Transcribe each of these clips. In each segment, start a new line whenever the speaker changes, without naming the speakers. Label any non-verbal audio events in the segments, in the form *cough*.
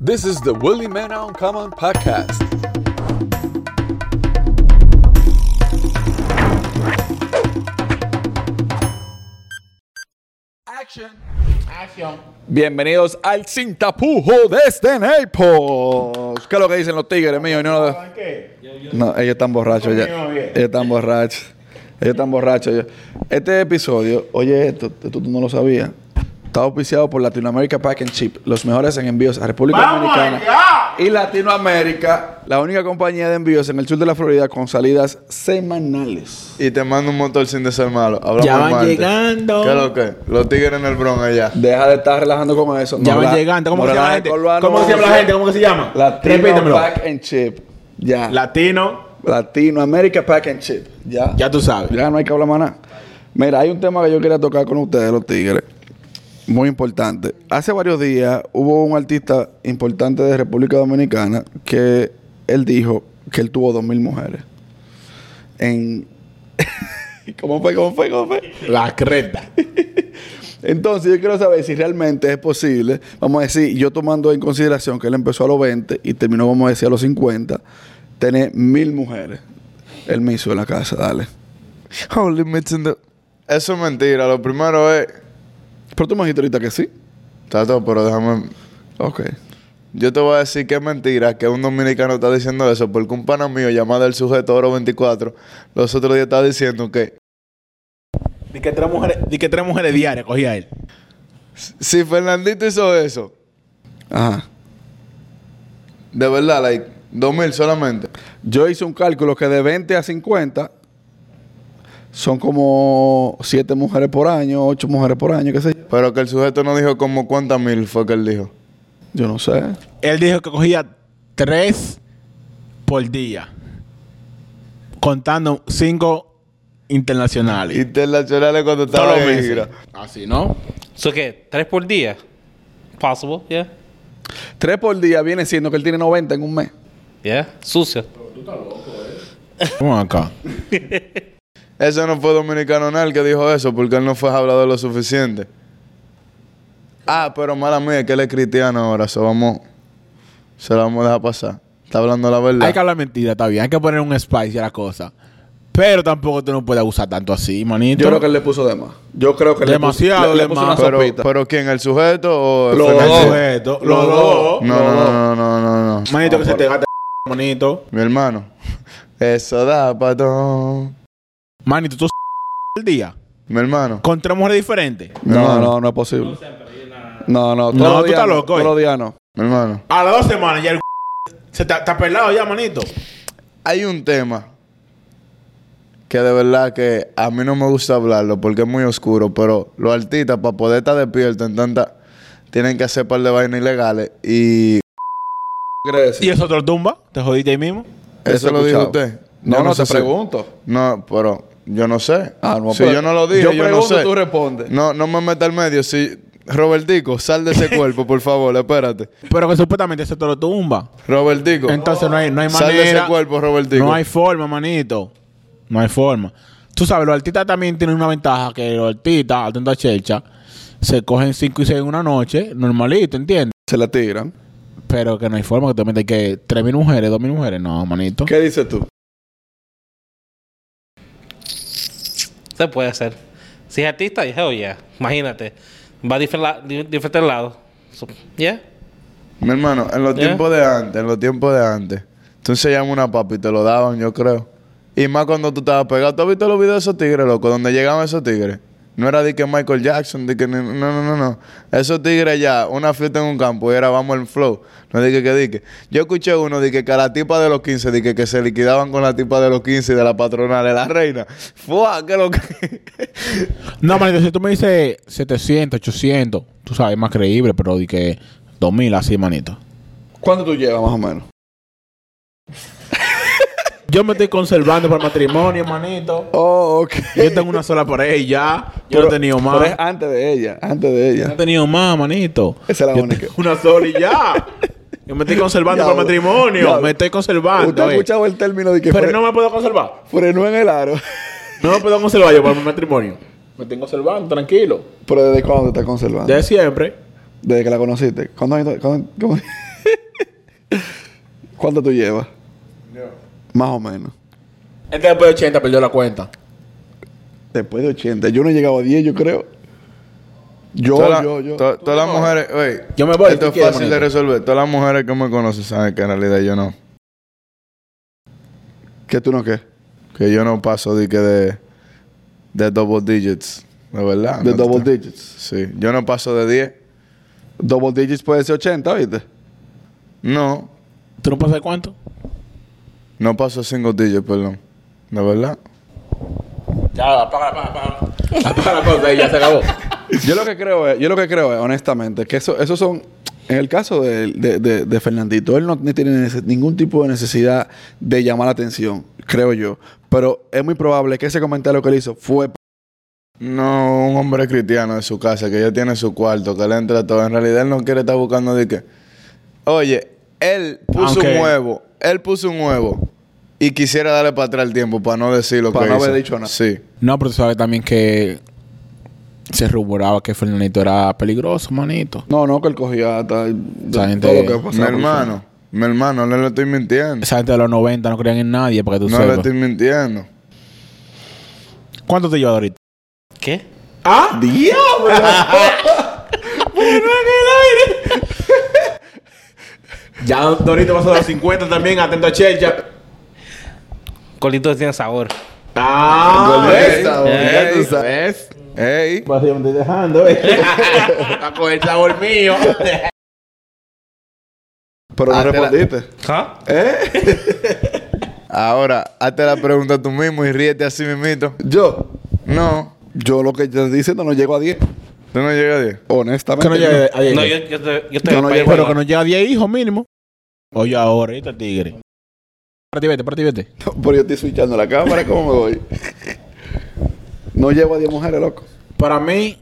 This is the Willie Man Uncommon podcast. Action.
Acción.
Bienvenidos al Sin Tapujo desde Naples. ¿Qué es lo que dicen los tigres míos? No, no,
¿Saben qué?
no, ellos están borrachos ya. Ellos están borrachos. Ellos están borrachos ya. Este episodio, oye, esto, esto tú no lo sabías. Está auspiciado por Latinoamérica Pack and Chip, los mejores en envíos a República
¡Vamos
Dominicana
allá!
y Latinoamérica, la única compañía de envíos en el sur de la Florida con salidas semanales.
Y te mando un motor sin desarmarlo. Hablamos
Ya
el
van
martes.
llegando.
¿Qué es lo que? Los tigres en el Bronx allá.
Deja de estar relajando con eso.
Ya
No
van
la-
llegando. ¿Cómo
no
se llama la
relajes
gente?
con los
¿Cómo se llama la
anuncios.
gente? ¿Cómo se llama?
Latino
Repítemelo.
Pack and Chip. Ya.
Latino,
Latinoamérica Pack and Chip. Ya.
ya tú sabes.
Ya no hay que hablar más nada. Mira, hay un tema que yo quería tocar con ustedes, los tigres. Muy importante. Hace varios días hubo un artista importante de República Dominicana que él dijo que él tuvo 2.000 mujeres. En... *laughs* ¿Cómo fue? ¿Cómo fue? ¿Cómo fue?
La creta.
*laughs* Entonces, yo quiero saber si realmente es posible. Vamos a decir, yo tomando en consideración que él empezó a los 20 y terminó, vamos a decir, a los 50, tener mil mujeres. Él me hizo en la casa, dale.
Holy mitts in the- Eso es mentira. Lo primero es.
Pero tú me dijiste ahorita que sí.
Tato, pero déjame.
Ok.
Yo te voy a decir que es mentira que un dominicano está diciendo eso. Porque un pana mío llamado el sujeto Oro 24, los otros días estaba diciendo que
Di que tres mujeres, di que tres mujeres diarias cogía él.
si Fernandito hizo eso,
Ajá.
de verdad, like, 2000 solamente.
Yo hice un cálculo que de 20 a 50 son como 7 mujeres por año, 8 mujeres por año, qué sé yo.
Pero que el sujeto no dijo como cuántas mil fue que él dijo.
Yo no sé.
Él dijo que cogía tres por día. Contando cinco internacionales.
Internacionales cuando
Todos
estaba
los
en
meses.
gira.
Así, ¿no?
So, ¿qué? ¿Tres por día? Possible, yeah.
3 por día viene siendo que él tiene 90 en un mes.
Yeah. Sucio.
Vamos acá.
Ese no fue dominicano nada el que dijo eso, porque él no fue hablador lo suficiente. Ah, pero mala mía, que él es cristiano ahora, se vamos. Se lo vamos a dejar pasar. Está hablando la verdad.
Hay que hablar mentira, está bien. Hay que poner un spice a la cosa. Pero tampoco tú no puedes abusar tanto así, manito.
Yo creo que él le puso de más. Yo creo que él
Demasiado
le
de
puso, le- le
más.
puso una
pero,
sopita.
pero ¿quién? ¿El sujeto o el
Los
Fernando?
dos.
Sujeto, los
Los
dos.
dos.
No, no, no, no, no, no, no.
Manito, que se te gata, manito.
Mi hermano. *laughs* Eso da, pato.
Manito, tú el día.
Mi hermano.
Con tres mujeres diferentes.
No, no, no es posible. No, no, todos
No,
los
tú
días
estás
no,
loco,
todos
eh.
los días no.
Mi hermano.
A las dos semanas ya el se te ha pelado ya, manito.
Hay un tema que de verdad que a mí no me gusta hablarlo porque es muy oscuro, pero los artistas para poder estar despiertos en tanta tienen que hacer par de vainas ilegales y
¿Crees?
Y eso te lo tumba, te jodiste ahí mismo.
eso, lo dijo
escuchado.
usted.
No,
Yo
no, te
sé si-
pregunto.
No, pero yo no sé.
Ah, no,
si
pero-
yo no lo dije, yo,
yo pregunto,
no sé.
tú respondes.
No, no me meta al medio. Si Robertico, sal
*laughs*
de ese cuerpo, por favor, espérate.
Pero que supuestamente eso te lo tumba.
Robertico.
Entonces no hay, no hay manera.
Sal de ese cuerpo, Robertico.
No hay forma, manito. No hay forma. Tú sabes, los artistas también tienen una ventaja que los artistas, atento a Chelcha, se cogen 5 y 6 en una noche, normalito, ¿entiendes?
Se la tiran.
Pero que no hay forma que te metas que 3.000 mujeres, 2.000 mujeres. No, manito.
¿Qué dices tú?
Se puede hacer. Si es artista, hell yeah. Imagínate. Va a diferla- di- diferentes lados. So, yeah.
Mi hermano, en los
¿Eh?
¿Ya?
tiempos de antes, en los tiempos de antes, tú enseñabas una papa y te lo daban, yo creo. Y más cuando tú estabas pegado. ¿Tú has visto los videos de esos tigres, loco? Donde llegaban esos tigres. No era de que Michael Jackson, de que... ni- No, no, no, no. Esos tigres ya, una fiesta en un campo y era vamos el flow. No dije que dije. Yo escuché uno de que, que a la tipa de los 15, de que, que se liquidaban con la tipa de los 15 de la patronal, de la reina. Fua, que lo que...
No, manito, si tú me dices 700, 800, tú sabes, más creíble, pero di que 2.000 así, manito.
¿Cuánto tú llevas más o menos?
Yo me estoy conservando para el matrimonio, manito.
Oh, ok.
Yo tengo una sola pareja y ya. Yo no he tenido más.
Pero es antes de ella, antes de
No
ella.
he tenido más, manito.
Esa es la
Yo
única.
tengo una sola y ya. Yo me estoy conservando para el
Diablo.
matrimonio.
Diablo.
Me estoy conservando.
Usted ha
eh.
escuchado el término de que
Pero
fre-
no me puedo conservar.
frenó en el
*laughs*
aro.
No me puedo conservar yo para mi matrimonio. Me estoy conservando, tranquilo.
Pero desde cuándo te estás conservando?
Desde siempre.
Desde que la conociste. ¿Cuándo, cuándo- cómo- *laughs* ¿Cuánto tú llevas? Más o menos.
Este después de 80 perdió la cuenta.
Después de 80. Yo no he llegado a 10, yo creo. *laughs* Yo,
Todas las-
yo, yo.
to- todas las mujeres, oye,
Yo me voy,
Esto
¿qué
es
quieres,
fácil de
manito?
resolver. Todas las mujeres que me conocen saben que en realidad yo no.
¿Qué tú no qué?
Que yo no paso de que de, de double digits. De verdad.
Ah,
De
no
double
está-
digits.
Sí. Yo no paso de 10.
Double digits pues. puede ser 80, ¿viste?
No.
¿Tú no pasas de cuánto?
No paso single digits, perdón. De verdad.
Ya, apaga, apaga, apaga. Apaga la pausa y ya se acabó.
yo lo que creo es, yo lo que creo es, honestamente, que eso, esos son. En el caso de, de- de- de Fernandito, él no ni tiene nece- ningún tipo de necesidad de llamar la atención, creo yo. Pero es muy probable que ese comentario que él hizo fue. p-
No, un hombre cristiano de su casa, que ya tiene su cuarto, que le entra todo. En realidad él no quiere estar buscando de que. Oye, él puso
Aunque-
un huevo. Él puso un huevo. Y quisiera darle para atrás el tiempo para no decir lo
Para
que
no
hizo.
haber dicho nada.
Sí.
No, pero tú sabes también que se rumoraba que Fernandito era peligroso, manito.
No, no, que él cogía hasta
Esa gente-
todo lo que ha
Mi
pasado.
hermano, mi hermano, no le estoy mintiendo.
Esa gente de los 90 no creían en nadie para que tú
No le
sepas.
estoy mintiendo.
¿Cuánto te llevas ahorita?
¿Qué?
*laughs*
Ya Dorito pasó a los 50 también, atento a Chelcha.
Colitos tiene sabor.
Ah, ¿ves?
Esa,
Ey,
ya tú sabes.
¿Ves?
Ey,
¿eh?
*laughs* A coger sabor mío.
Pero no
Ah, te la-
respondiste.
¿Ah?
ahora, hazte la pregunta tú mismo y ríete así mismito.
Yo,
No,
yo lo que te dicen no llego a 10.
tú no llegas a 10.
Honestamente.
Que no llegue a
No,
10.
yo, yo, te- yo estoy
Eh, Yo no llego,
en el país
Pero que
de-
no llega a 10 hijos mínimo. Oye, ahorita, tigre. Para ti, vete, para ti, vete.
no. *laughs* Pero yo estoy switchando la cámara, ¿cómo me voy? no llego a 10 mujeres, loco.
Para mí,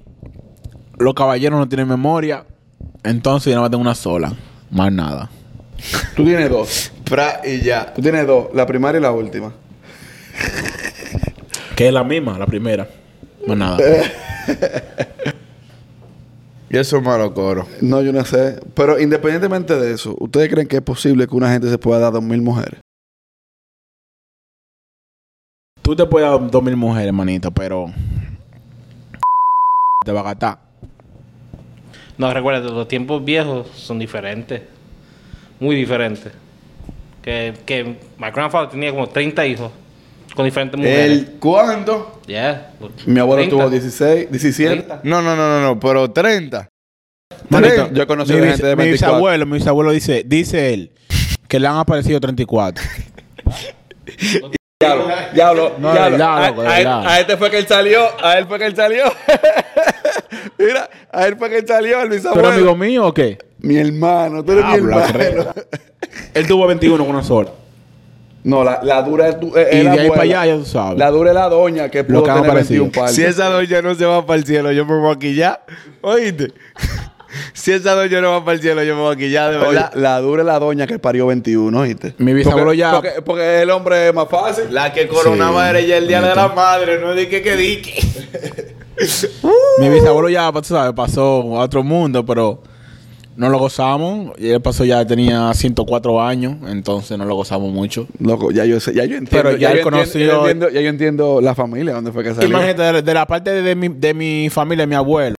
los caballeros no tienen memoria. Entonces yo nada más tengo una sola. Más nada.
Tú tienes dos.
Pra y ya.
Tú tienes dos, la primaria y la última.
Que es la misma, la primera. Más nada.
Y eso es malo coro.
No, yo no sé. Pero independientemente de eso, ¿ustedes creen que es posible que una gente se pueda dar dos mil mujeres?
Tú te puedes dar dos mil mujeres, manito, pero... Te va a gastar.
No, recuerda, los tiempos viejos son diferentes. Muy diferentes. Que, que my grandfather tenía como 30 hijos con diferentes mujeres.
¿El cuánto?
Yeah.
Mi abuelo
30.
tuvo 16, 17.
30.
No, no, no, no, no, pero 30.
Manito,
Yo he conocido
mi,
de
bis-
gente de
mi
24.
bisabuelo, mi bisabuelo dice, dice él, que le han aparecido 34.
Diablo, diablo,
No,
diablo.
de
A,
verdad, loco, de
a él-
verdad.
a este fue que él salió, a él fue que él salió.
Ah, Mira, a él fue que él salió, el bisabuelo.
¿Pero amigo mío o qué?
Mi hermano, tú eres mi
Habla,
hermano.
Él tuvo 21 con una sola.
No, la, la dura es tu. es-
Y
es
de
la
ahí
abuela.
para allá ya tú sabes.
La dura es la doña que pudo
que han
tener
aparecido.
21 partes.
Si esa doña no se va para el cielo, yo me voy a quillar. ¿Oíste? *laughs* si esa doña no va para el cielo, yo me voy a quillar, de
Oye,
verdad.
la dura es la doña que parió 21, ¿oíste?
Mi bisabuelo
Porque-
ya...
Porque, porque el hombre es más fácil.
La que
Sí,
coronaba era ella el día de
bonito.
la madre, no dije que dije.
Mi bisabuelo ya, tú sabes, pasó a otro mundo, pero no lo gozamos. Y él pasó ya, tenía 104 años, entonces no lo gozamos mucho.
Loco, ya yo sé, ya yo entiendo.
Pero
yo
ya él
entiendo-
conoció-
ya yo entiendo- ya yo entiendo la familia, dónde fue que salió.
Imagínate, de, de la parte de mi, de mi familia, de mi abuelo,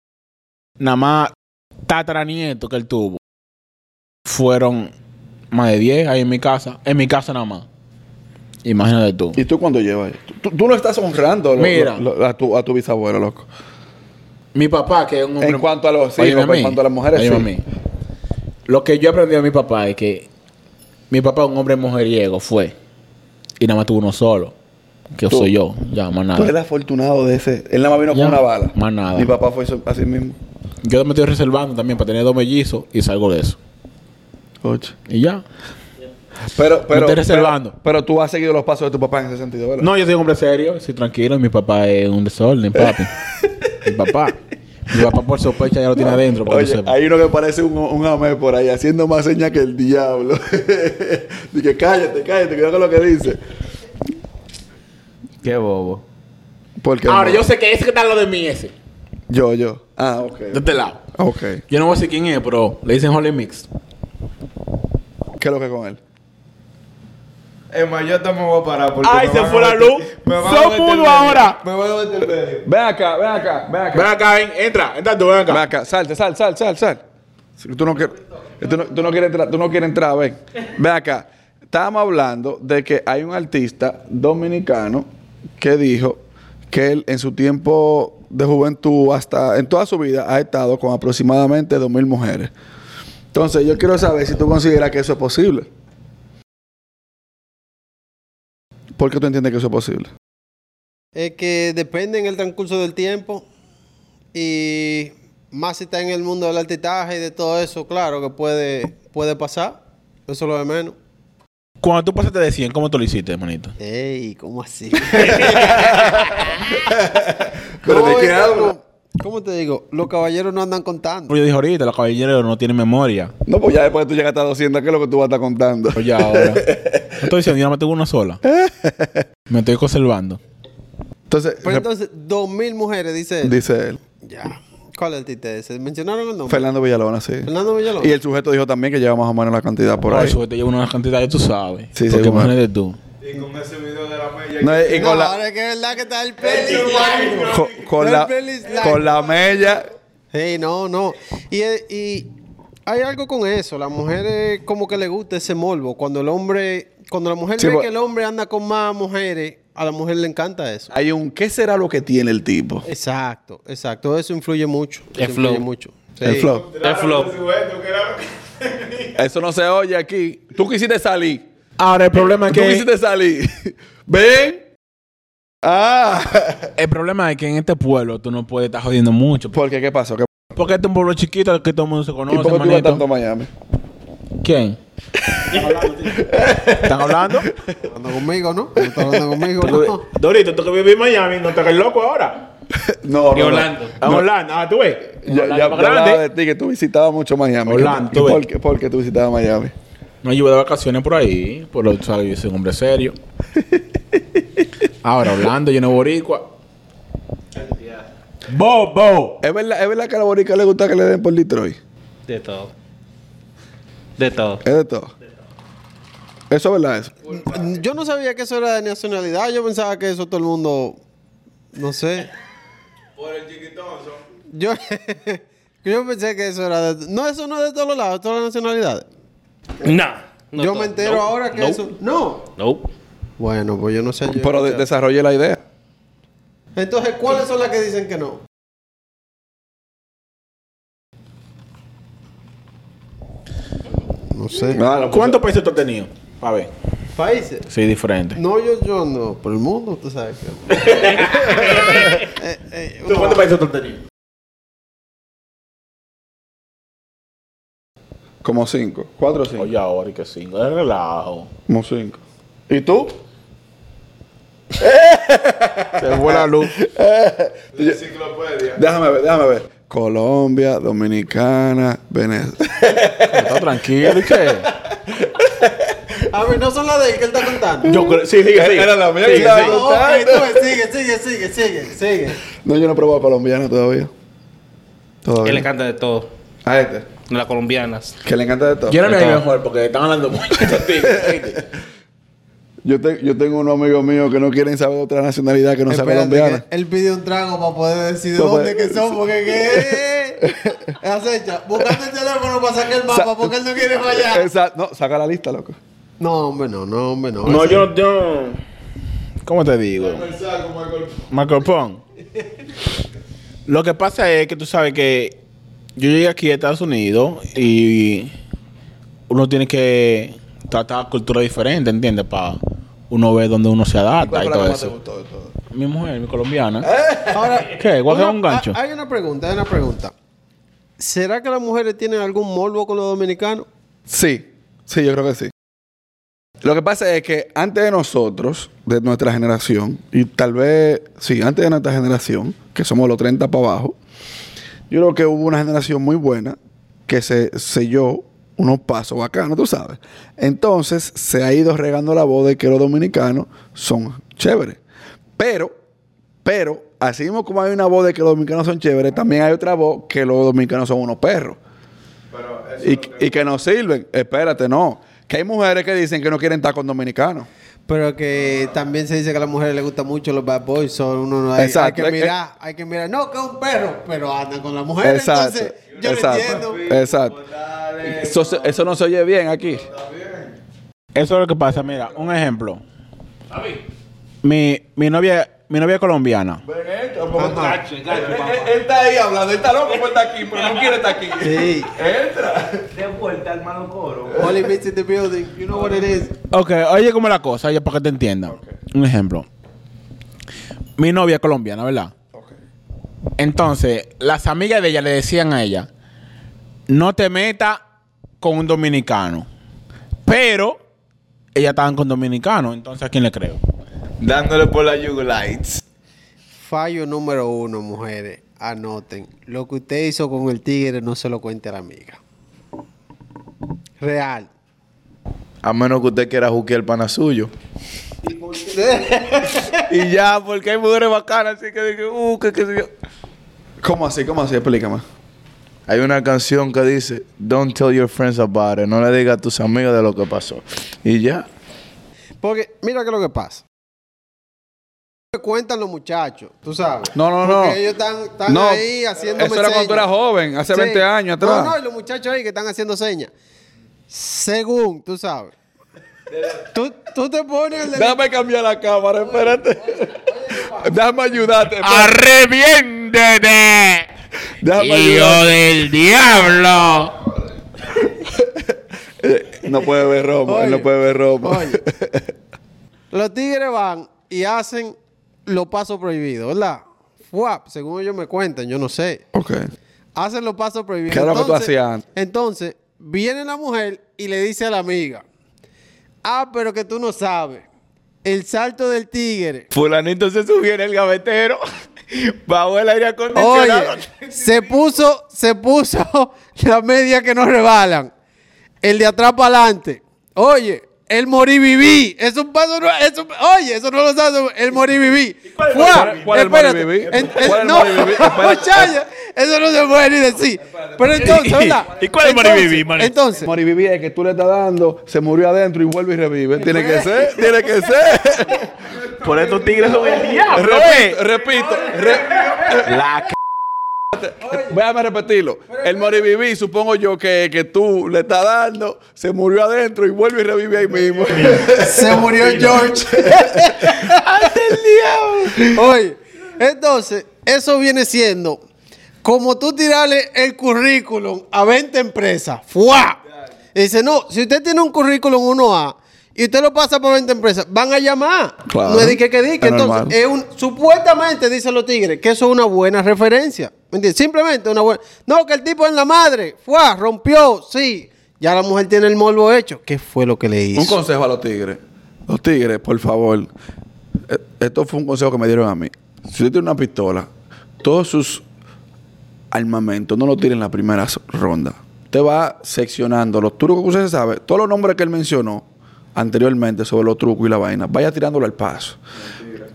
nada más tataranieto que él tuvo, fueron más de 10 ahí en mi casa, en mi casa nada más. Imagínate tú.
¿Y tú cuándo llevas? Tú, tú no estás honrando lo-
Mira.
lo- lo- a, tu, a tu bisabuelo, loco.
Mi papá, que es un hombre...
En cuanto a los hijos,
Óyeme
pero en
mí,
cuanto a las mujeres,
óyeme
sí.
pues, a mí. Lo que yo aprendí de mi papá es que mi papá, un hombre mujeriego, fue. Y nada más tuvo uno solo. Que
Tú.
soy yo. Ya, más
Tú eres
nada.
afortunado de ese. Él nada más vino
Ya,
con una bala.
más nada.
Mi papá fue eso- así mismo.
Yo me estoy reservando también para tener dos mellizos y salgo de eso.
Ocho.
Y ya.
Pero, pero,
estoy
pero-
reservando.
Pero, tú has seguido los pasos de tu papá en ese sentido, ¿verdad?
No, yo soy un hombre serio, soy tranquilo. Mi papá es un desorden, papi. mi papá. Mi papá, por sospecha, ya lo tiene adentro. para que tú
Oye,
sepas.
hay uno que parece un, un amé por ahí, haciendo más señas que el diablo. *laughs* Dije, cállate, cállate, cuidado con lo que dice.
Qué bobo.
Porque
Ahora,
no.
yo sé que ese que está lo de mí, ese.
Yo, yo. Ah, ok.
De este lado.
Ok.
Yo no voy a decir quién es, pero le dicen Holy Mix.
¿Qué es lo que con él?
Es más, yo hasta me voy a parar porque.
Ay,
me
se
van
fue
a
la
meter-
luz.
me van a
Son
meter
mudo
medio.
ahora.
Me van a meter medio.
Ven acá, ven acá, ven acá.
Ven acá, ven, entra, entra tú, ven
Ven
acá.
acá, salte, sal, sal, sal, sal. Si Tú no, quieres, tú, no, tú no quieres entrar, tú no quieres entrar, ven. Ven acá. Estábamos hablando de que hay un artista dominicano que dijo que él en su tiempo de juventud hasta en toda su vida ha estado con aproximadamente 2.000 mujeres. Entonces yo quiero saber si tú consideras que eso es posible. ¿Por qué tú entiendes que eso es posible?
Es que depende en el transcurso del tiempo y más si está en el mundo del artistaje y de todo eso, claro que puede, puede pasar. Eso es lo de menos.
Cuando tú pasaste de 100, ¿cómo tú lo hiciste, manito?
Ey, ¿cómo *laughs* así?
¿Pero de
¿Cómo
qué
es,
habla?
loco? ¿Cómo te digo? Los caballeros no andan contando.
Yo dije ahorita, los caballeros no tienen memoria.
No, pues ya después que tú llegaste a 200, ¿qué es lo que tú vas a estar contando?
Pues ya
*laughs*
ahora. Estoy diciendo, yo no me tengo una sola. Me estoy conservando.
Entonces,
Pero Pues entonces, dos mil mujeres, dice él.
dice él.
Ya. ¿Cuál es el artista ese? ¿Mencionaron el nombre?
Fernando Villalona, sí.
Fernando Villalobos.
Y el sujeto dijo también que lleva más o menos la cantidad por
Por
ahí.
eso te llevo una cantidad que tú sabes.
Sí,
Porque
seguro.
imagínate tú.
Y con ese video de la mella.
No, y
No,
con la,
ahora es que es verdad que está el playlist largo.
co- con
No,
la,
el playlist largo.
con la mella.
Ey, no, no. Y, eh, y hay algo con eso. Las mujeres como que le gusta ese morbo. Cuando el hombre, cuando la mujer
Sí,
ve
pues-
que el hombre anda con más mujeres, a la mujer le encanta eso.
Hay un ¿qué será lo que tiene el tipo?
Exacto, exacto. Eso influye mucho.
El
Eso
flow.
influye mucho.
El
Sí.
flow.
El flow.
Eso no se oye aquí. Tú quisiste salir.
Ahora, el problema es
Tú
que...
quisiste salir. *laughs* Ven. Ah. *laughs*
El problema es que en este pueblo tú no puedes estar jodiendo mucho.
¿Por qué? ¿Qué pasó? ¿Qué-
Porque este es un pueblo chiquito que todo el mundo se
¿Y
conoce,
por qué tú vas tanto a
manito.
Miami?
*laughs*
¿Quién? ¿Están hablando?
Anda conmigo, ¿no? No está hablando conmigo, ¿no?
Dorito, tú que vives en Miami, no te hagas loco ahora.
No, no,
Y
no.
Orlando.
A Orlando, ah, tú ves.
Ya, ya,
Orlando
ya
más grande.
hablaba de ti que tú visitabas mucho Miami.
Orlando,
¿Y
tú ves.
¿Por qué, por qué tú visitabas Miami?
No, yo voy de vacaciones por ahí. Por lo sabes, yo soy un hombre *laughs* serio. Ahora, Orlando, yo no boricua. Bo, bo.
¿Es verdad, es verdad que a la borica le gusta que le den por Detroit.
De todo. De todo.
Es de todo. Eso es verdad, eso.
Yo no sabía que eso era de nacionalidad. Yo pensaba que eso todo el mundo. No sé. Por el chiquitón. Yo, *laughs* yo pensé que eso era de. No, eso no es de todos los lados, de todas las nacionalidades.
Nah. No
yo
todo.
me entero
Nope.
ahora que
Nope.
eso. No.
Nope.
Bueno, pues yo no sé. yo-
Pero de- desarrolle la idea.
Entonces, ¿cuáles son las que dicen que no? No sé.
¿Cuántos países tú has tenido? pues, A ver.
Países.
Sí, diferente.
No, yo, yo no. Por el mundo, tú sabes que. Eh, eh,
¿Tú cuántos países tú has tenido?
Como cinco. Cuatro o cinco.
Oye, ahora y que cinco. Es relajo.
Como cinco. ¿Y *laughs* tú?
Se fue la luz.
Déjame ver, déjame ver. Colombia, Dominicana, Venezuela.
Está *laughs* tranquilo. ¿Y qué?
A ver, no son las de él que él está contando.
Yo creo, sí, sí, sí.
Era la mía que
Sí,
estaba
sí.
No, ok,
contando.
tú ves, sigue, sigue, sigue, sigue, sigue.
*laughs* No, yo no he probado colombiana todavía. Todavía.
Él le canta de todo.
A este.
Las colombianas.
Que le encanta de todo.
Yo no me
Está-
voy mejor porque están hablando mucho estos tipos, ¿oíste?
Yo, te- yo tengo unos amigos míos que no quieren saber de otra nacionalidad que no sea
Espérate
colombiana.
que él pidió un trago para poder decir de
Para
dónde
poder-
que son, porque que es acecha. Buscando el teléfono para sacar el mapa, porque él no quiere fallar.
Esa- no, saca la lista, loco.
No, hombre, no, no, hombre, no.
No,
Ese-
yo, yo.
¿Cómo te digo? Marco Pon. Lo que pasa es que tú sabes que yo llegué aquí a Estados Unidos y uno tiene que tratar cultura diferente, ¿entiendes? Para uno ver dónde uno se adapta y, todo ¿Eh? eso. Mi mujer, mi colombiana.
Ahora,
¿Qué? ¿Igual que
una-
un gancho?
ha- Hay una pregunta, hay una pregunta. ¿Será que las mujeres tienen algún morbo con los dominicanos?
Sí, sí, yo creo que sí. Lo que pasa es que antes de nosotros, de nuestra generación, y tal vez, sí, antes de nuestra generación, que somos los 30 para abajo, yo creo que hubo una generación muy buena que se selló unos pasos bacanos, tú sabes. Entonces se ha ido regando la voz de que los dominicanos son chéveres. Pero, pero, así mismo como hay una voz de que los dominicanos son chéveres, también hay otra voz que los dominicanos son unos perros y, y que nos sirven. Espérate, no. Que hay mujeres que dicen que no quieren estar con dominicanos.
Pero que también se dice que a las mujeres les gustan mucho los bad boys. so uno no hay,
Exacto,
hay
es
que
que-
mirar, hay que mirar. No, que es un perro, pero anda con la mujer. Entonces, yo lo
exacto,
entiendo.
exacto. Eso, se- eso no se oye bien aquí.
Eso es lo que pasa. Mira, un ejemplo. Mi, mi novia, mi novia colombiana.
Ajá.
Él está ahí hablando, él está loco por estar aquí, pero no quiere estar aquí.
Sí.
Entra.
Only bitch in the building. You know what it is.
Ok, oye como la cosa, oye, para que te entienda. Un ejemplo. Mi novia es colombiana, ¿verdad? Entonces, las amigas de ella le decían a ella, no te metas con un dominicano. Pero, ella estaban con dominicanos, entonces ¿a quién le creo?
Dándole por la yugulates.
Fallo número uno, mujeres. Anoten. Lo que usted hizo con el tigre no se lo cuente a la amiga. Real. *laughs*
A menos que usted quiera juquear el pana suyo. *laughs* y ya, porque hay mujeres bacanas, así que dije, uh, que, que, que-
¿Cómo así? ¿Cómo así? Explícame.
Hay una canción que dice, Don't tell your friends about it. No le digas a tus amigos de lo que pasó. Y ya.
Porque mira que lo que pasa. Me cuentan los muchachos, tú sabes.
No, no, no.
Porque ellos están, están
No,
ahí haciendo
Eso era cuando tú eras joven, hace 20 años atrás.
No, no, y los muchachos ahí que están haciendo señas. Según, tú sabes. tú, tú te pones el de-
Déjame cambiar la cámara, espérate. Déjame ayudarte. espérate.
¡Arrepiéntete!
Déjame ayudarte.
del diablo!
No puede ver ropa, él no
Oye,
puede ver ropa.
Oye, los tigres van y hacen los pasos prohibidos, ¿verdad? Fuap, según ellos me cuentan, yo no sé.
Ok.
Hacen los pasos prohibidos.
¿Qué era lo que tú
Entonces-
hacías antes?
Entonces, viene la mujer y le dice a la amiga, ah, pero que tú no sabes, el salto del tigre.
Fulanito se subió en el gavetero. *laughs* Bajo el aire acondicionado.
Oye, se puso, se puso *laughs* la media que no rebalan. El de atrás para adelante. Oye, el morir viví. Es un paso no, es un- oye, eso no lo sabes. El morir viví. ¿Cuál,
morí- cuál es el morí viví? ¿Cuál es el
no,
morí
*laughs*
viví? Espérate.
muchacha, eso no se puede ni decir.
*laughs*
Pero entonces, ¿verdad?
¿Y cuál es el morí
Entonces-
viví, Manuel?
Entonces,
Morivivir es que tú le estás dando, se murió adentro y vuelve y revive. Tiene que ser, tiene que ser.
Por estos tigres son el diablo. eh.
repito, repito. re- Véame repetirlo. El morivivir, supongo yo que, que tú le estás dando, se murió adentro y vuelve y revive ahí
*laughs*
mismo.
se murió
*laughs*
George. Oye, entonces, eso viene siendo como tú tirarle el currículum a 20 empresas. ¡Fua! Y dice, no, si usted tiene un currículum 1A y usted lo pasa por 20 empresas, van a llamar.
Claro.
No es de que, que di que
Es
Entonces,
normal.
es un- supuestamente dicen los tigres que eso es una buena referencia. ¿Me entiendes? Simplemente una buena. No, que el tipo en la madre, ¡fua! Rompió, sí. Ya la mujer tiene el morbo hecho. ¿Qué fue lo que le hizo?
Un consejo a los tigres. Los tigres, por favor. Eh, Esto fue un consejo que me dieron a mí. Si usted tiene una pistola, todos sus armamentos no lo tiren en la primera s- ronda. Usted va seccionando los trucos que usted sabe, todos los nombres que él mencionó anteriormente sobre los trucos y la vaina, vaya tirándolo al paso.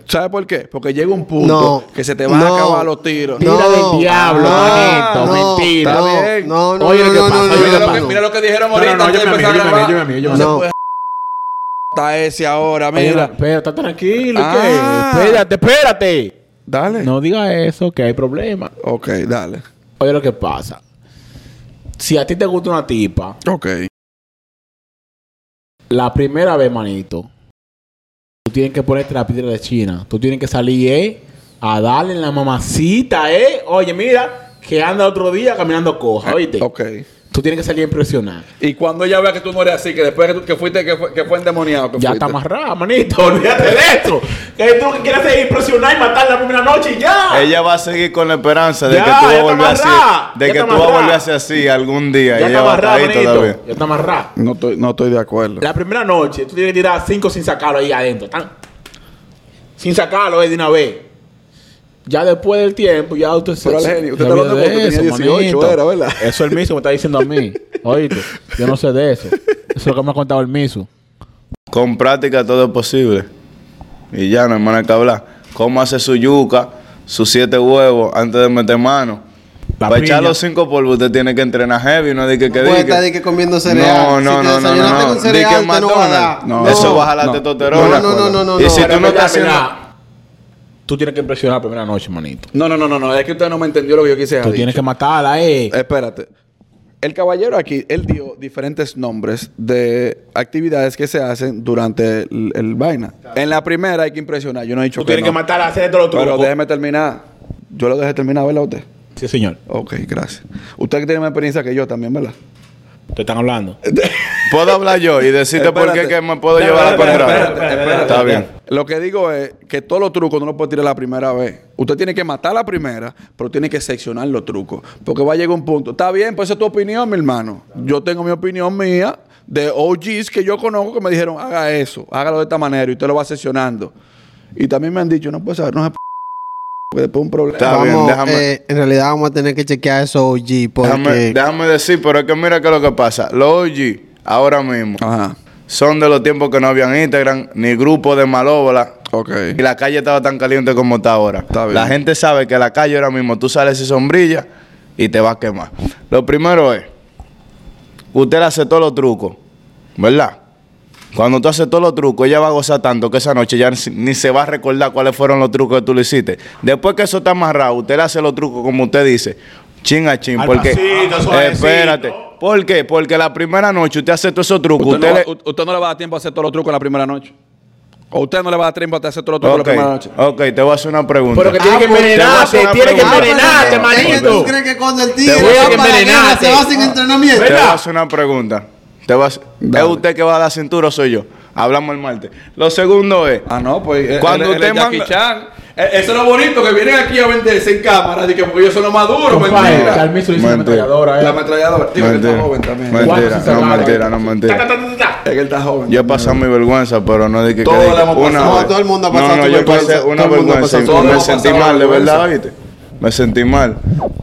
¿Sabe por qué? Porque llega un punto
No.
que se te van
No.
a acabar los tiros.
Tira del diablo,
manito,
mentira.
No,
Ah, Está bien.
no, no,
Oye,
no,
lo que
no,
pasa,
no,
oye,
no,
lo
no,
que-
no.
Mira lo que dijeron
No, no,
ahorita
no,
antes de
yo me
empezar
mío,
a
yo me
grabar.
mío, yo me mío, yo me
No se
mío.
puede Está ese ahora,
Mira,
mira.
pero está tranquilo,
Ah.
¿qué? Espérate, espérate.
Dale.
No digas eso, que hay problema.
Ok, dale.
Oye, lo que pasa. Si a ti te gusta una tipa,
Ok.
la primera vez, manito, tú tienes que ponerte la piedra de China. Tú tienes que salir, eh, a darle en la mamacita, eh. Oye, mira, que anda otro día caminando coja, oíste.
Ok.
Tú tienes que salir a impresionar.
Y cuando ella vea que tú no eres así, que después que, tú- que fuiste, que fue, que fue endemoniado. que
Ya
fuiste.
está amarrada, manito. *laughs* Olvídate de eso. Que tú lo que quieres es impresionar y matar la primera noche y ya.
Ella va a seguir con la esperanza de
Ya,
que tú vas
ya
a volver
está amarrada.
así. De
Ya
que
está
tú vas a volver
amarrada.
así así algún día.
ya
y
está
ella va a estar
amarrada,
ahí
manito.
todavía.
Ya está amarrada.
No estoy, no estoy de acuerdo.
La primera noche, tú tienes que tirar cinco sin sacarlo ahí adentro. tan. Sin sacarlo, es de una vez. Ya después del tiempo, ya usted se.
Pero, Eugenio, usted está hablando
olvida
cuando tenía 18 era, ¿verdad?
Eso el miso me está diciendo a mí. Oíste, yo no sé de eso. Eso es lo que me ha contado el miso.
Con práctica todo es posible. Y ya, no hay manera que hablar. Cómo hace su yuca, sus siete huevos antes de meter mano.
La
Para echar
piña.
los cinco polvos usted tiene que entrenar heavy, no di que que
Puede
di
estar
que-
de que comiendo cereal.
No, no, no,
si te
no,
desayunaste
no, no.
con cereal,
Di que
te no va a dar.
McDonald's.
No.
Eso baja la
no.
testosterona.
No, no, no, no, no,
Y
no.
si tú no
Pero,
estás haciendo...
mira,
Tú tienes que impresionar la primera noche, manito.
No, no, no, no, no. Es que usted no me entendió lo que yo quise
Tú
decir.
tienes que matarla, eh.
Espérate. El caballero aquí, él dio diferentes nombres de actividades que se hacen durante el, el vaina. En la primera hay que impresionar. Yo no he dicho
Tú tienes que
no.
matar a hacer todo lo
Pero
truco.
déjeme terminar. Yo lo dejé terminar, ¿verdad usted?
Sí, señor.
Ok, gracias. Usted que tiene más experiencia que yo también,
*laughs*
¿verdad?
Te están hablando.
Puedo hablar yo y decirte por qué
Espérate.
que me puedo llevar a
Espérate,
contrario.
espérate, espérate.
Está bien.
Lo que digo es que todos los trucos no los puede tirar la primera vez. Usted tiene que matar la primera, pero tiene que seccionar los trucos. Porque va a llegar un punto. Está bien, pues esa es tu opinión, mi hermano. Yo tengo mi opinión mía de OGs que yo conozco que me dijeron, haga eso, hágalo de esta manera y usted lo va seccionando. Y también me han dicho, no puede saber, no se p- porque después es un problema.
Está bien,
Vamos,
déjame-
eh, en realidad vamos a tener que chequear eso OG porque
Déjame, déjame decir, pero es que mira qué es lo que pasa. Los OG, ahora mismo,
Ajá.
son de los tiempos que no habían Instagram, ni grupo de malóbola.
Ok.
Y la calle estaba tan caliente como está ahora.
Está bien.
La gente sabe que la calle ahora mismo tú sales sin sombrilla y te vas a quemar. Lo primero es, usted le hace todos los trucos, ¿verdad? Cuando tú haces todos los trucos, ella va a gozar tanto que esa noche ya ni- ni se va a recordar cuáles fueron los trucos que tú le hiciste. Después que eso está amarrado, usted le hace los trucos como usted dice, chin a chin.
Al
Porque,
pasito, suavecito.
espérate, ¿por qué? Porque la primera noche usted hace todos esos trucos.
Usted, no,
usted le-
va- u- usted no le va a dar tiempo a hacer todos los trucos la primera noche. O usted no le va a dar tiempo a hacer todos los trucos
Ok,
la primera noche.
ok, te voy a hacer una pregunta. Ah,
Pero que
Ah,
tiene que
pues,
Te voy a
envenenarte,
hacer una
tiene que
pregunta.
envenenarte,
Ah,
manito.
Es que tú crees que cuando el tigre
Te voy
va
a
para la guerra
envenenarte.
se va sin entrenamiento.
Te voy
¿Verdad?
a hacer una pregunta. Te voy a hacer- ¿Es
Dale.
usted que va a la cintura o soy yo? Hablamos el martes. Lo segundo es.
Ah, no, pues. eh,
Cuando
él- él
usted
es Jackie
manda-
Chan. Eh, Eso es lo bonito, que vienen aquí a venderse en cámara, de que porque yo soy lo más duro,
Compadre,
mentira.
Carmizo dice la
Mentira.
ametralladora, eh.
La ametralladora. Digo que él está joven también.
Mentira,
¿Cuándo se
no,
saca?
mentira, no, mentira.
Es que él está joven.
Yo he pasado mi vergüenza, pero no dije que.
Todo
dije
lo hemos
una
pasado,
vez.
todo el mundo ha
No,
pasado
No,
su
yo pasé
vergüenza,
una
todo el mundo ha
vergüenza. y
pasado, todo
Me
hemos
sentí
pasado
mal, de
vergüenza.
verdad, ¿viste? Me sentí mal.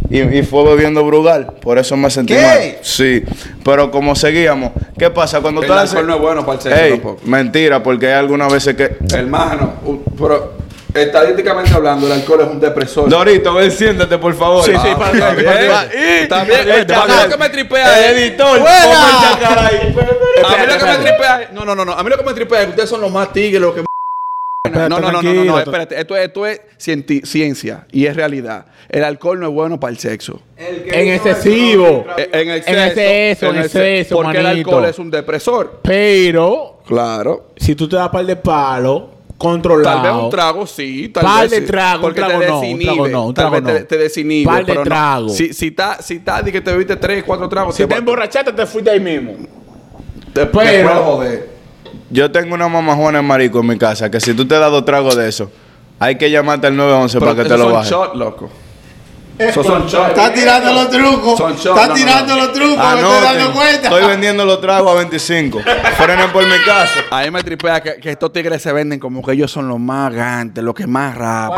Y, y fue bebiendo Brugal, por eso me sentí
¿Qué?
mal. Sí, pero como seguíamos, ¿qué pasa? Cuando
El
tú haces.
alcohol no es bueno para el sexo
Ey,
tampoco.
Mentira, porque hay algunas veces que.
Hermano, u- pero estadísticamente hablando, el alcohol es un depresor.
Dorito, ven, siéntate, por favor.
sí, para acá,
está
para
bien.
acá. Está bien,
El
el
chacal.
chacal que me tripea,
El
eh.
editor.
¡Fuera!
ponme el chacal ahí.
a mí lo que me tripea es- No, no, no, no. A mí lo que me tripea es que ustedes son los más tigres, los que. No,
Espérate,
no, no, no, no,
tranquilo.
no, espérate. Esto es, esto es cienti- ciencia y es realidad. El alcohol no es bueno para el sexo.
En excesivo.
Eh, En exceso.
exceso, en
exce-
exceso,
Porque el
manito.
alcohol es un depresor.
Pero,
Claro.
si tú te das par de palo, controlado.
Tal vez un trago sí, tal
Par
vez
de
sí,
trago, un
porque
trago
te
no, un trago
desinhibe,
no,
tal
un trago
vez te,
no.
te desinhibe,
Par de
pero no.
trago.
Si si está si está di que te bebiste tres, cuatro tragos,
Si te
va-
emborrachaste, te fuiste ahí mismo.
te, te
pero-
puede joder.
Yo tengo una mamá Juana en marico en mi casa, que si tú te das dos tragos de eso, hay que llamarte al 911
Pero
para que te
esos
lo
son
baje.
shots, loco. Esos son shots.
Está tirando los trucos.
Son shows,
Está
no, no,
tirando
no.
los trucos. Me estoy
Anoten,
dando cuenta.
estoy vendiendo los tragos a 25. Frenen por mi casa.
A mí me tripea que, que estos tigres se venden como que ellos son los más gantes, los que más rap.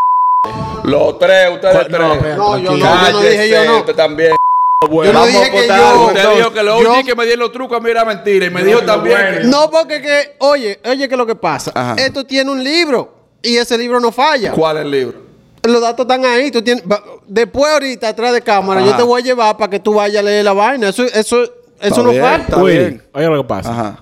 Los tres, ustedes
No,
tres.
espérate.
No, yo no, yo no
Cállese,
dije yo no.
usted también.
Yo no
pues, Vamos
dije
a
que
votar.
yo.
Usted dijo que lo
yo-
único que me dieron los trucos a mí era mentira. Y me dijo también que-
No, porque que, oye, oye, que lo que pasa.
Ajá.
Esto tiene un libro y ese libro no falla.
¿Cuál es el libro?
Los datos están ahí. Tú tienes, va- después, ahorita, atrás de cámara, yo
Ajá.
te voy a llevar para que tú vayas a leer la vaina. Eso, eso, eso no
bien,
falta.
Está
Willy,
bien.
oye lo que pasa.
Ajá.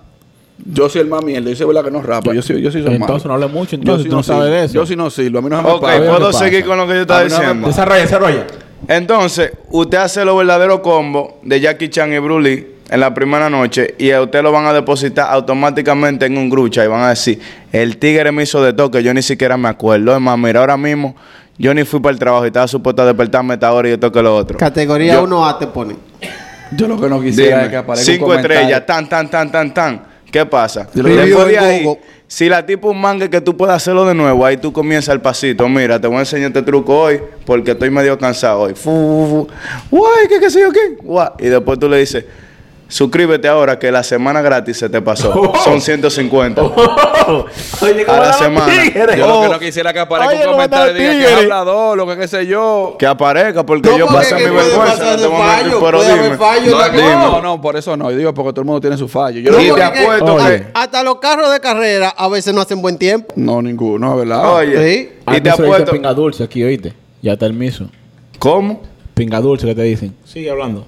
Yo soy el más mierda. Yo soy verdad que no rapa. Yo soy, yo soy su
Entonces,
hermano.
no hable mucho,
Yo
entonces,
sí
tú no sabes
sirvo.
de eso.
Yo sí no sirvo. A mí no me
Ok,
pagan.
lo
¿puedo
que
seguir
pasa.
con lo que yo estaba
A mí no me
diciendo?
pasa.
Desarrolla, desarrolla.
Entonces, usted hace los verdaderos combos de Jackie Chan y Bruce Lee en la primera noche y a usted lo van a depositar automáticamente en un grucha y van a decir, el tigre me hizo de toque, yo ni siquiera me acuerdo. Es más, mira, ahora mismo yo ni fui para el trabajo y estaba supuesto a despertarme a esta hora y yo toqué lo otro.
Categoría
Yo-
1A te ponen.
Yo lo que no quisiera
Dime,
es que aparezca un
cinco
comentario.
estrellas, tan, tan, tan, tan, tan. ¿Qué pasa?
Yo lo-
Después de
Review en
ahí,
Google.
si la tipo un manga que tú puedas hacerlo de nuevo, ahí tú comienzas el pasito. Mira, te voy a enseñar este truco hoy porque estoy medio cansado hoy. Fu, fu, fu. Guay, ¿qué, qué sé yo qué? Guay. Y después tú le dices, suscríbete ahora que la semana gratis se te pasó.
*laughs*
Son 150.
Oye, ¿cómo
A la
van los
semana.
tigres?
Yo lo que
Oh.
no quisiera es que aparezca
Oye,
un
¿cómo están
comentario.
los
Diga que es
tigres?
hablador, lo que qué sé yo.
Que aparezca porque
No,
yo
porque
pasé
es que
mi
puede
vergüenza.
pasar
en este
de
momento,
fallo,
pero
puede haber
dime.
fallo,
No,
la-
dime.
No, no, por eso no. Yo digo porque todo el mundo tiene su fallo. Yo
No,
no,
Y
porque
te
es que
apuesto
a-
que-
hasta los carros de carrera a veces no hacen buen tiempo.
no, ninguno, ¿verdad?
Oye,
Ah, Sí.
y te
Almiso Ah, dice
apuesto.
pinga dulce aquí, oíste. Ya está el miso.
¿Cómo?
Pinga dulce que te dicen. Sigue hablando.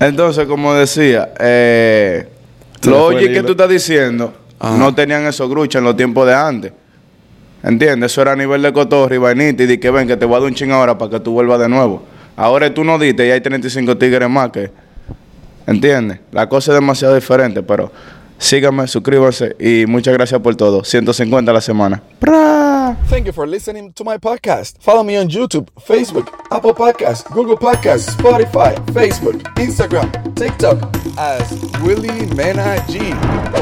Entonces, como decía, eh,
Se le
lo
fue el
oye que
hilo. Ah.
tú estás diciendo,
Ajá.
no tenían esos gruchos en los tiempos de antes. ¿Entiendes? Eso era a nivel de cotorra y vainita y di que ven, que te voy a dar un ching ahora para que tú vuelvas de nuevo. Ahora tú no diste y hay 35 tigres más que... ¿Entiendes? La cosa es demasiado diferente, pero síganme, suscríbanse y muchas gracias por todo. 150 a la semana.
Thank you for listening to my podcast. Follow me on YouTube, Facebook, Apple Podcasts, Google Podcasts, Spotify, Facebook, Instagram, TikTok as Willie Mena G.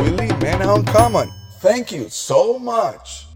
Willie Mena Uncommon. Thank you so much.